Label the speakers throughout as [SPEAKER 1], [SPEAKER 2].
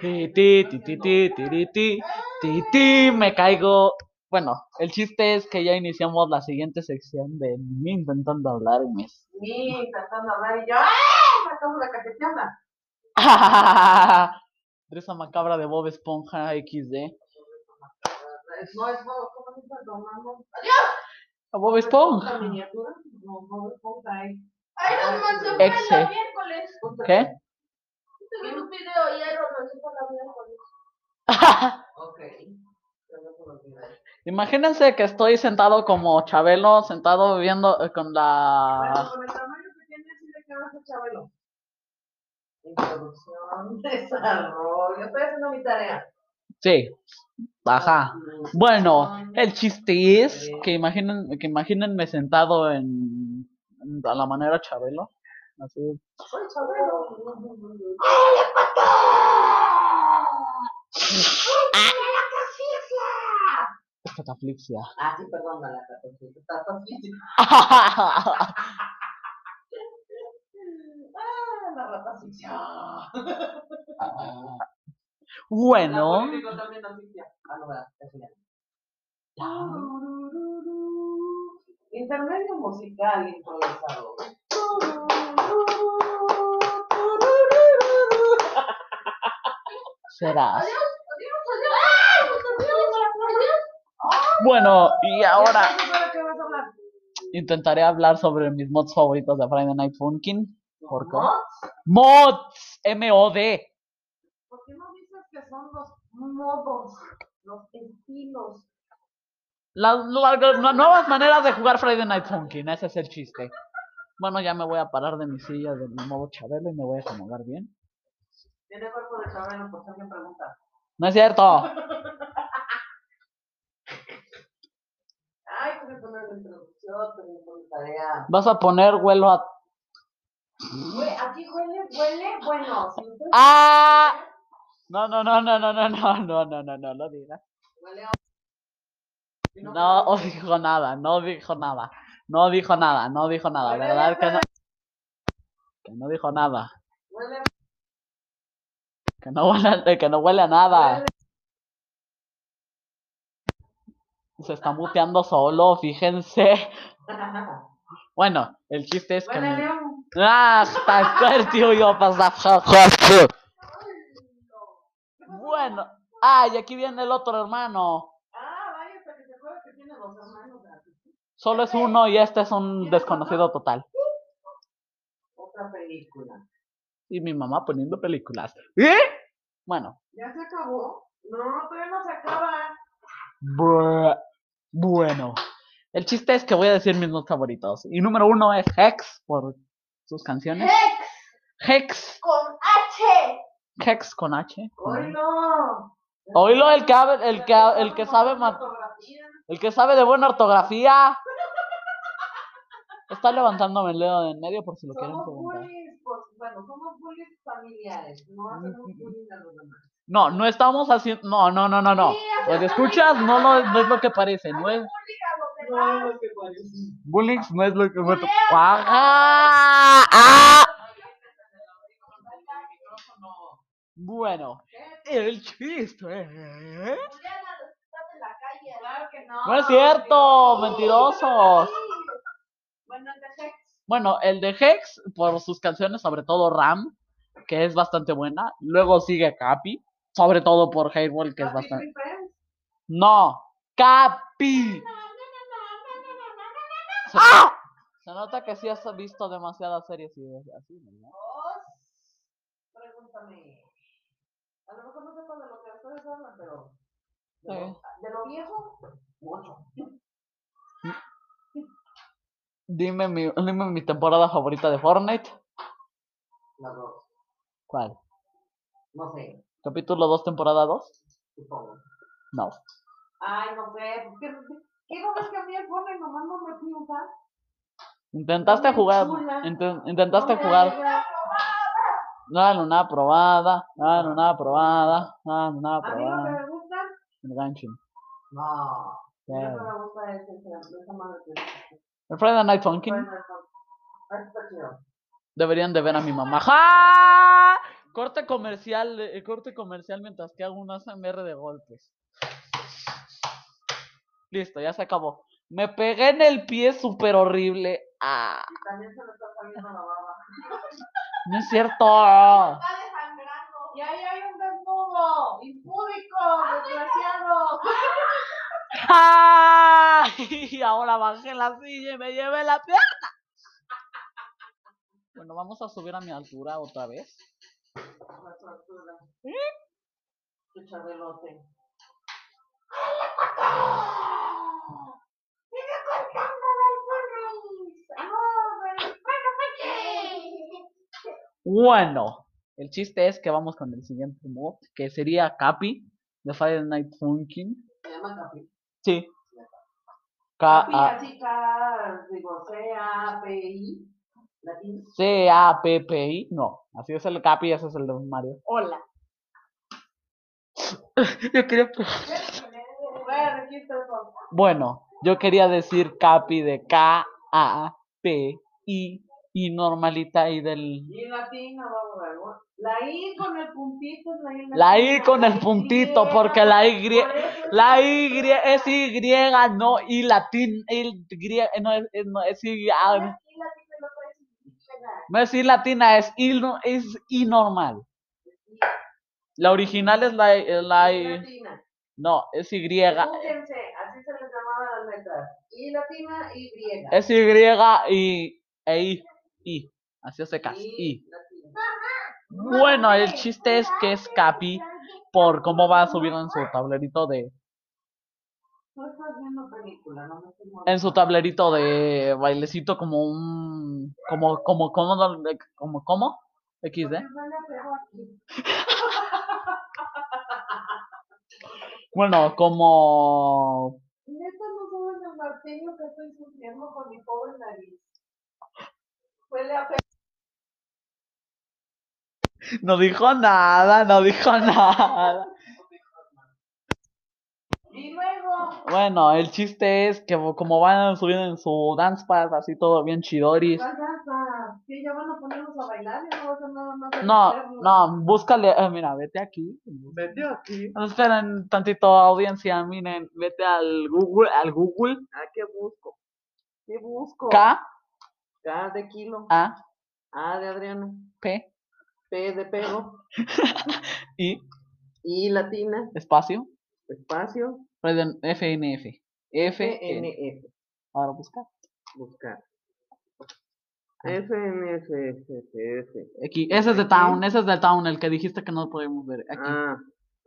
[SPEAKER 1] Ti, ti, ti, ti, ti, ti, ti, ti, ti, ti, me caigo. Bueno, el chiste es que ya iniciamos la siguiente sección de mí intentando hablar y mes.
[SPEAKER 2] mí intentando hablar y yo, ¡ah! Sacamos la cacheteada.
[SPEAKER 1] Risa macabra de Bob Esponja XD.
[SPEAKER 2] No es nuevo, ¿cómo se dice? Domando.
[SPEAKER 1] A Bob Esponja.
[SPEAKER 2] miniatura? No, no es ponga ahí. ¡Ay, no manches!
[SPEAKER 1] Exe.
[SPEAKER 3] Exe. miércoles.
[SPEAKER 1] ¿Qué?
[SPEAKER 3] Subí un video y Aaron nos dijo la miércoles.
[SPEAKER 2] Ok. Ya no se lo olvidé.
[SPEAKER 1] Imagínense que estoy sentado como Chabelo, sentado viendo eh, con
[SPEAKER 2] Bueno,
[SPEAKER 1] la...
[SPEAKER 2] con el tamaño que tiene, así de que vas a Chabelo. Introducción, desarrollo. Estoy haciendo mi tarea.
[SPEAKER 1] Sí. Ajá. Bueno, el chiste es
[SPEAKER 2] Sí.
[SPEAKER 1] que imaginen, que imagínenme sentado en, en- a la manera Chabelo. Así.
[SPEAKER 2] Soy Chabelo.
[SPEAKER 1] Cataflixia.
[SPEAKER 2] Ah, sí, perdón, la catequista. Estás así. Ah, la rata
[SPEAKER 1] bueno,
[SPEAKER 2] también asfixia. Ah, no, ¿verdad? Es genial.
[SPEAKER 1] Ah.
[SPEAKER 2] Intermedio musical improvisado.
[SPEAKER 1] serás.
[SPEAKER 3] Adiós, adiós. Adiós, adiós.
[SPEAKER 1] Bueno, y ahora
[SPEAKER 2] ¿Y ahora qué vas a hablar?
[SPEAKER 1] intentaré hablar sobre mis mods favoritos de Friday Night Funkin'. ¿Por qué?
[SPEAKER 2] ¿Mods?
[SPEAKER 1] Mods, M-O-D.
[SPEAKER 2] ¿Por qué no dices que son los modos, los estilos?
[SPEAKER 1] Las, la- las nuevas maneras de jugar Friday Night Funkin', ese es el chiste. Bueno, ya me voy a parar de mi silla del modo Chabelo y me voy a acomodar bien.
[SPEAKER 2] Tiene cuerpo de cabello, por si alguien pregunta.
[SPEAKER 1] No es cierto.
[SPEAKER 2] Ay, pues, que poner la introducción, tengo una tarea.
[SPEAKER 1] Vas a poner vuelo a...
[SPEAKER 2] Güey, aquí huele, huele, bueno, si usted
[SPEAKER 1] ¡Ah! No, no, no, no, no, no, no, no, no, no, no, no digas.
[SPEAKER 2] huele a... Si
[SPEAKER 1] No os dijo nada, no dijo nada. No dijo nada, no dijo nada,
[SPEAKER 2] Huele
[SPEAKER 1] ¿verdad?
[SPEAKER 2] a
[SPEAKER 1] Que no, que no dijo nada.
[SPEAKER 2] Huele,
[SPEAKER 1] Que no huele a, eh, que no huele a nada.
[SPEAKER 2] huele.
[SPEAKER 1] Se está muteando solo, fíjense.
[SPEAKER 2] Huele
[SPEAKER 1] Bueno, el chiste es que...
[SPEAKER 2] a león.
[SPEAKER 1] Ah, está tío yo pasar. Bueno, ay, aquí viene el otro hermano.
[SPEAKER 2] Ah, vaya, hasta que se acuerda que tiene dos hermanos. ¿verdad?
[SPEAKER 1] Solo es uno y este es un desconocido total.
[SPEAKER 2] Otra película.
[SPEAKER 1] Y mi mamá poniendo películas. ¿Eh? Bueno.
[SPEAKER 2] ¿Ya se acabó? No, todavía no se acaba.
[SPEAKER 1] Bue- Bueno. El chiste es que voy a decir mis dos favoritos. Y número uno es Hex por sus canciones.
[SPEAKER 3] Hex
[SPEAKER 1] Hex.
[SPEAKER 3] con H.
[SPEAKER 1] Hex con H.
[SPEAKER 2] ¡Hoy no!
[SPEAKER 1] Oílo el que, hab- el que, ha- el que sabe ma-
[SPEAKER 2] Fotografía.
[SPEAKER 1] el que sabe de buena ortografía. Está levantándome el dedo de en medio por si lo quieren
[SPEAKER 2] Somos
[SPEAKER 1] preguntar.
[SPEAKER 2] bullies, pues, bueno, somos bullies familiares, no hacemos bullying a los demás.
[SPEAKER 1] No, no estamos haciendo. No, no, no, no, no.
[SPEAKER 3] Sí, o sea,
[SPEAKER 1] Pues escuchas, no, lo- no es lo que parece. No es.
[SPEAKER 2] No, lo que parece.
[SPEAKER 1] Bullying no es lo que. ¡Ah! ¡Ah! Bueno, el chiste. es-
[SPEAKER 2] Claro que no.
[SPEAKER 1] No es cierto, mentirosos.
[SPEAKER 2] Bueno, el de Hex.
[SPEAKER 1] Bueno, el de Hex, por sus canciones, sobre todo Ram, que es bastante buena. Luego sigue Capi, sobre todo por Hateball, que es
[SPEAKER 2] Happy
[SPEAKER 1] bastante.
[SPEAKER 2] Tree Friends.
[SPEAKER 1] No, Capi. Se, se nota que sí has visto demasiadas series y así, ¿no?
[SPEAKER 2] Dos. Pregúntame. A lo mejor no sepa de lo que ustedes hablan, pero. De, lo, de lo viejo, mucho.
[SPEAKER 1] Dime mi, dime mi temporada favorita de Fortnite.
[SPEAKER 2] Las dos.
[SPEAKER 1] ¿Cuál?
[SPEAKER 2] No sé,
[SPEAKER 1] ¿Capítulo 2, temporada 2?
[SPEAKER 2] supongo.
[SPEAKER 1] No.
[SPEAKER 2] Ay, no sé. pues, ¿Qué, qué no ves que a mí el Fortnite nomás no me triunfa?
[SPEAKER 1] Intentaste
[SPEAKER 2] Una
[SPEAKER 1] jugar.
[SPEAKER 2] chula.
[SPEAKER 1] inten- intentaste
[SPEAKER 2] No me
[SPEAKER 1] jugar.
[SPEAKER 2] alegra.
[SPEAKER 1] Dale una probada. Dale una probada. Dale una
[SPEAKER 2] A mí lo que
[SPEAKER 1] probada.
[SPEAKER 2] me gusta.
[SPEAKER 1] El gancho.
[SPEAKER 2] No.
[SPEAKER 1] Sí.
[SPEAKER 2] Lo que me gusta es ese- esa madre que
[SPEAKER 1] El Friday Night Funkin'
[SPEAKER 2] Bueno, eso- eso está chido.
[SPEAKER 1] deberían de ver a mi mamá. ¡Ja! Corte comercial, eh, corte comercial mientras que hago un ASMR de golpes. Listo, ya se acabó. Me pegué en el pie súper horrible. Ah,
[SPEAKER 2] Y también se le está saliendo la baba.
[SPEAKER 1] no es cierto.
[SPEAKER 3] Está desangrando. Y ahí hay un desnudo, impúdico, desgraciado.
[SPEAKER 1] ¡Ay! Ahora bajé la silla y me llevé la pierna. Bueno, vamos a subir a mi altura otra vez.
[SPEAKER 2] La fractura. ¿Mm? Tu chabelote.
[SPEAKER 1] Bueno, el chiste es que vamos con el siguiente mod, que sería Capi, de Friday Night Funkin'.
[SPEAKER 2] Se llama Capi.
[SPEAKER 1] Sí.
[SPEAKER 2] Capi,
[SPEAKER 1] K-A-
[SPEAKER 2] así K, digo, C, A, P, I. Latín.
[SPEAKER 1] C-A-P-P-I. No, así es el Capi, ese es el de Mario.
[SPEAKER 3] Hola.
[SPEAKER 1] Yo quería...
[SPEAKER 2] Bueno, aquí está eso.
[SPEAKER 1] Bueno, yo quería decir Capi de K-A-P-I y normalita y del...
[SPEAKER 2] Y en latín, vamos a ver. bueno, La I con el puntito es la I.
[SPEAKER 1] La
[SPEAKER 2] latina,
[SPEAKER 1] I con el
[SPEAKER 2] Y,
[SPEAKER 1] puntito, porque la Y...
[SPEAKER 2] por eso es
[SPEAKER 1] La Y es Y, no, y latín, y, no, es, no, es Y, ah, No es I latina, es I, no- es I normal. La original es la, es la I.
[SPEAKER 2] Latina.
[SPEAKER 1] No, es Y.
[SPEAKER 2] Búsquense, así se les llamaba las letras. I latina y griega.
[SPEAKER 1] Es Y y e I. I. Así se casa. I.
[SPEAKER 2] latina.
[SPEAKER 1] Bueno, el chiste es que es Capi por cómo va a subir en su tablerito de.
[SPEAKER 2] Tú estás viendo película, no me estoy
[SPEAKER 1] En su tablerito de bailecito como un. Como, como, como, como, como. XD. Bueno, como.
[SPEAKER 2] Neta, no saben el martirio que estoy sufriendo con mi pobre nariz. Huele a pe-
[SPEAKER 1] No dijo nada, no dijo nada.
[SPEAKER 2] Y luego,
[SPEAKER 1] Bueno, el chiste es que vo- como van subiendo en su dance pad, así todo bien chidoris.
[SPEAKER 2] pasa? ¿Qué? ¿Ya van a ponernos a bailar? ¿Ya no va a hacer nada más? de
[SPEAKER 1] No,
[SPEAKER 2] hacerlo?
[SPEAKER 1] no, búscale, eh, mira, vete aquí.
[SPEAKER 2] Vete aquí.
[SPEAKER 1] No, Esperen tantito audiencia, miren, vete al Google, al Google,
[SPEAKER 2] ¿A qué busco? ¿Qué busco?
[SPEAKER 1] K,
[SPEAKER 2] K de kilo.
[SPEAKER 1] A,
[SPEAKER 2] A de Adriana.
[SPEAKER 1] P,
[SPEAKER 2] P de pedo.
[SPEAKER 1] I,
[SPEAKER 2] I latina.
[SPEAKER 1] espacio,
[SPEAKER 2] Espacio.
[SPEAKER 1] perdón, F, N, F, F, N.
[SPEAKER 2] FNF.
[SPEAKER 1] Ahora busca,
[SPEAKER 2] Buscar.
[SPEAKER 1] Ah.
[SPEAKER 2] FNFFF.
[SPEAKER 1] aquí, ese es de Town, ese es de Town, el que dijiste que no podíamos ver, aquí,
[SPEAKER 2] Ah.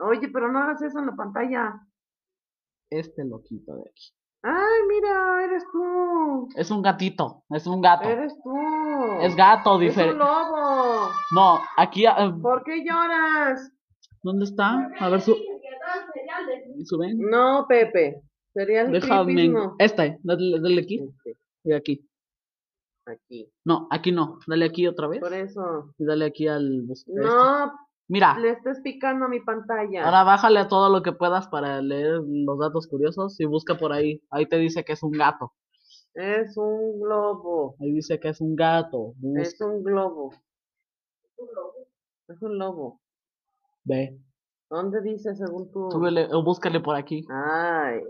[SPEAKER 2] Oye, pero no hagas eso en la pantalla.
[SPEAKER 1] este loquito de aquí.
[SPEAKER 2] Ay, mira, eres tú.
[SPEAKER 1] Es un gatito, es un gato,
[SPEAKER 2] Eres tú.
[SPEAKER 1] es gato,
[SPEAKER 2] Es
[SPEAKER 1] dice,
[SPEAKER 2] un lobo.
[SPEAKER 1] no, aquí, ah,
[SPEAKER 2] ¿Por qué lloras?
[SPEAKER 1] ¿Dónde está? Ah, A ver, su sube.
[SPEAKER 2] No, Pepe. Sería el
[SPEAKER 1] Déjame.
[SPEAKER 2] creepismo.
[SPEAKER 1] Este, dale, dale aquí.
[SPEAKER 2] Este,
[SPEAKER 1] Y aquí.
[SPEAKER 2] Aquí.
[SPEAKER 1] No, aquí no. Dale aquí otra vez.
[SPEAKER 2] Por eso.
[SPEAKER 1] Y dale aquí al. este.
[SPEAKER 2] No,
[SPEAKER 1] Mira,
[SPEAKER 2] le estás picando a mi pantalla.
[SPEAKER 1] ahora bájale a todo lo que puedas para leer los datos curiosos y busca por ahí. Ahí te dice que es un gato.
[SPEAKER 2] Es un globo.
[SPEAKER 1] Ahí dice que es un gato.
[SPEAKER 2] Es
[SPEAKER 1] Busca.
[SPEAKER 2] un globo. Es un lobo.
[SPEAKER 1] Ve.
[SPEAKER 2] ¿Dónde dice según tú?
[SPEAKER 1] Súbele o búscale por aquí.
[SPEAKER 2] Ay,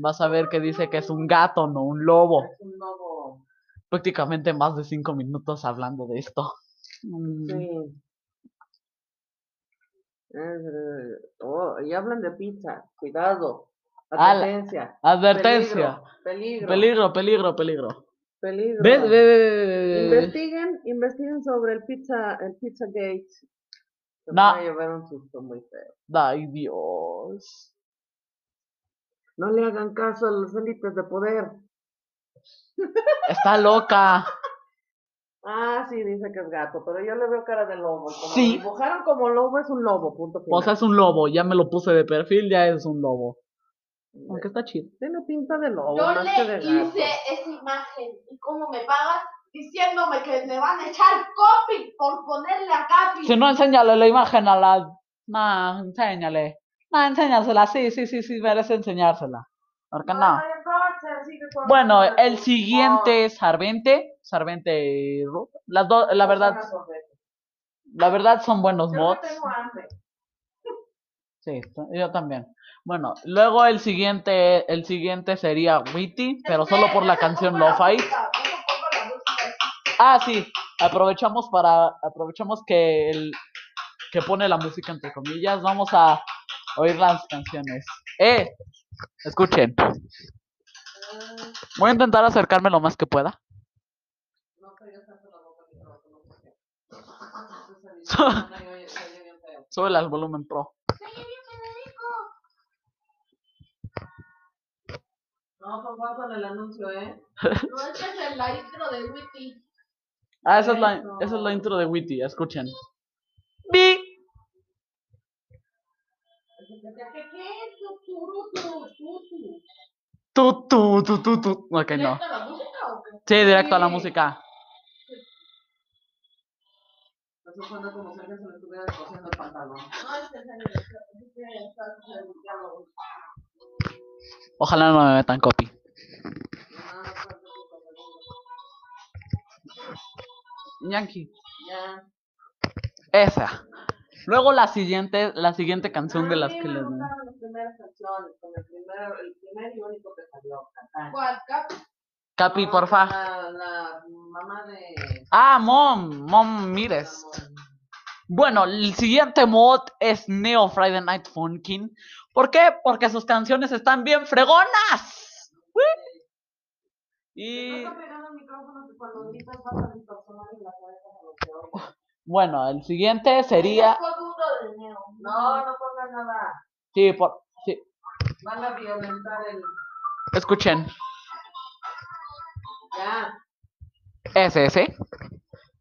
[SPEAKER 1] Vas a ver que dice que es un gato, no un lobo.
[SPEAKER 2] es un lobo.
[SPEAKER 1] Prácticamente más de cinco minutos hablando de esto. Mm,
[SPEAKER 2] Sí. Es, eh, oh, y hablan de pizza. Cuidado.
[SPEAKER 1] Ala.
[SPEAKER 2] Advertencia.
[SPEAKER 1] Advertencia.
[SPEAKER 2] Peligro. Peligro.
[SPEAKER 1] Peligro, peligro, peligro.
[SPEAKER 2] peligro.
[SPEAKER 1] Ve, ve, ve, ve, ve, ve.
[SPEAKER 2] Investiguen, investiguen sobre el pizza, el pizza gate. Se
[SPEAKER 1] No.
[SPEAKER 2] van a llevar un susto muy feo.
[SPEAKER 1] Ay, Dios.
[SPEAKER 2] No le hagan caso a los élites de poder.
[SPEAKER 1] Está loca.
[SPEAKER 2] Ah, sí, dice que es gato, pero yo le veo cara de lobo. Como
[SPEAKER 1] Sí.
[SPEAKER 2] lo dibujaron como lobo, es un lobo, punto final.
[SPEAKER 1] O sea, es un lobo. Ya me lo puse de perfil, ya es un lobo. Aunque está chido.
[SPEAKER 2] tiene pinta de lobo,
[SPEAKER 3] Yo
[SPEAKER 2] más que de
[SPEAKER 3] le
[SPEAKER 2] gato.
[SPEAKER 3] hice esa imagen y cómo me pagas diciéndome que me van a echar copy por ponerle a Capi.
[SPEAKER 1] Si no, enséñale la imagen a la... No, enséñale. No, enséñasela. Sí, sí, sí, sí, merece enseñársela. Porque no.
[SPEAKER 2] entonces, sigue con-
[SPEAKER 1] Bueno, el siguiente es Sarvente. Sarvente... Ru- Las dos, la
[SPEAKER 2] Son
[SPEAKER 1] verdad,
[SPEAKER 2] unas ojeras.
[SPEAKER 1] La verdad son buenos
[SPEAKER 2] Yo
[SPEAKER 1] mods.
[SPEAKER 2] que tengo hambre.
[SPEAKER 1] Sí, t- yo también. Bueno, luego el siguiente, el siguiente sería Witty, pero solo por la canción
[SPEAKER 2] Lo
[SPEAKER 1] Lo-Fi. Ah, sí, aprovechamos para, aprovechamos que el que pone la música entre comillas, vamos a oír las canciones. Eh, escuchen. Voy a intentar acercarme lo más que pueda.
[SPEAKER 2] No quería hacerte la boca mi micrófono porque.
[SPEAKER 1] Sube al volumen pro.
[SPEAKER 2] No, papá, con el anuncio, ¿eh?
[SPEAKER 3] No, esta es la intro de Witty.
[SPEAKER 1] Ah, esa es la,
[SPEAKER 2] Eso.
[SPEAKER 1] esa es la intro de Witty, escuchen. Bi.
[SPEAKER 3] ¿Qué es? Turu, turu, turu.
[SPEAKER 1] Tu, tu, tu, tu, tu. Ok, no.
[SPEAKER 3] ¿Directo a la música o qué?
[SPEAKER 1] Sí, directo a la
[SPEAKER 2] Sí.
[SPEAKER 1] música.
[SPEAKER 2] Eso suena como si alguien se le estuviera descosiendo el pantalón.
[SPEAKER 3] No, este es el- este es el diálogo.
[SPEAKER 1] Ojalá no me metan copy.
[SPEAKER 2] No, no, no, no, no, no.
[SPEAKER 1] Yankee.
[SPEAKER 2] Ya.
[SPEAKER 1] Esa. Luego la siguiente, la siguiente canción de
[SPEAKER 2] A
[SPEAKER 1] las
[SPEAKER 2] mí
[SPEAKER 1] que
[SPEAKER 2] Ah, me
[SPEAKER 1] les
[SPEAKER 2] gustaron las primeras canciones, con el primer, el primer y único que salió, Catán.
[SPEAKER 3] ¿Cuál? Cap-
[SPEAKER 1] Capi,
[SPEAKER 2] No,
[SPEAKER 1] porfa.
[SPEAKER 2] La, la mamá de.
[SPEAKER 1] Ah, mom, mom, mires. Bueno, el siguiente mod es Neo Friday Night Funkin. ¿Por qué? Porque sus canciones están bien fregonas. ¡Uy!
[SPEAKER 2] Y...
[SPEAKER 1] Y
[SPEAKER 2] No está pegando el micrófono que cuando gritas vas a distorsionar en la cabeza de los que oyen.
[SPEAKER 1] bueno, el siguiente sería.
[SPEAKER 3] Fue duro de Neo.
[SPEAKER 2] No, no pongas nada.
[SPEAKER 1] Sí, por... sí,
[SPEAKER 2] Van a violentar el.
[SPEAKER 1] escuchen.
[SPEAKER 2] Ya.
[SPEAKER 1] Ese, ese.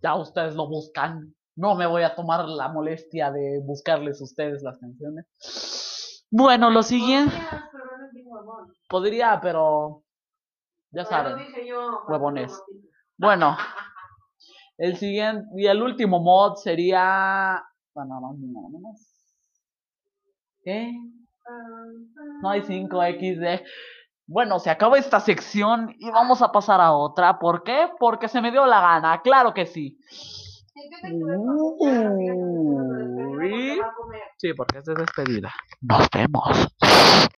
[SPEAKER 1] Ya ustedes lo buscan. No me voy a tomar la molestia de buscarles ustedes las canciones. Bueno, lo siguiente.
[SPEAKER 2] Podrías, pero eres bien huevón.
[SPEAKER 1] Podría, pero. Ya
[SPEAKER 2] Pero lo
[SPEAKER 1] saben.
[SPEAKER 2] dije yo.
[SPEAKER 1] huevones.
[SPEAKER 2] Martín.
[SPEAKER 1] Bueno, el siguiente y el último mod sería. Bueno, no, no, no, no. ¿Qué? No hay 5XD. Bueno, se acaba esta sección y vamos a pasar a otra. ¿Por qué? Porque se me dio la gana, claro que sí.
[SPEAKER 3] ¿En qué te quedas?
[SPEAKER 1] Uh,
[SPEAKER 2] Ya, fíjate que se nos despedimos,
[SPEAKER 1] Uy.
[SPEAKER 2] porque va a comer.
[SPEAKER 1] Sí, porque esta es despedida. Nos vemos.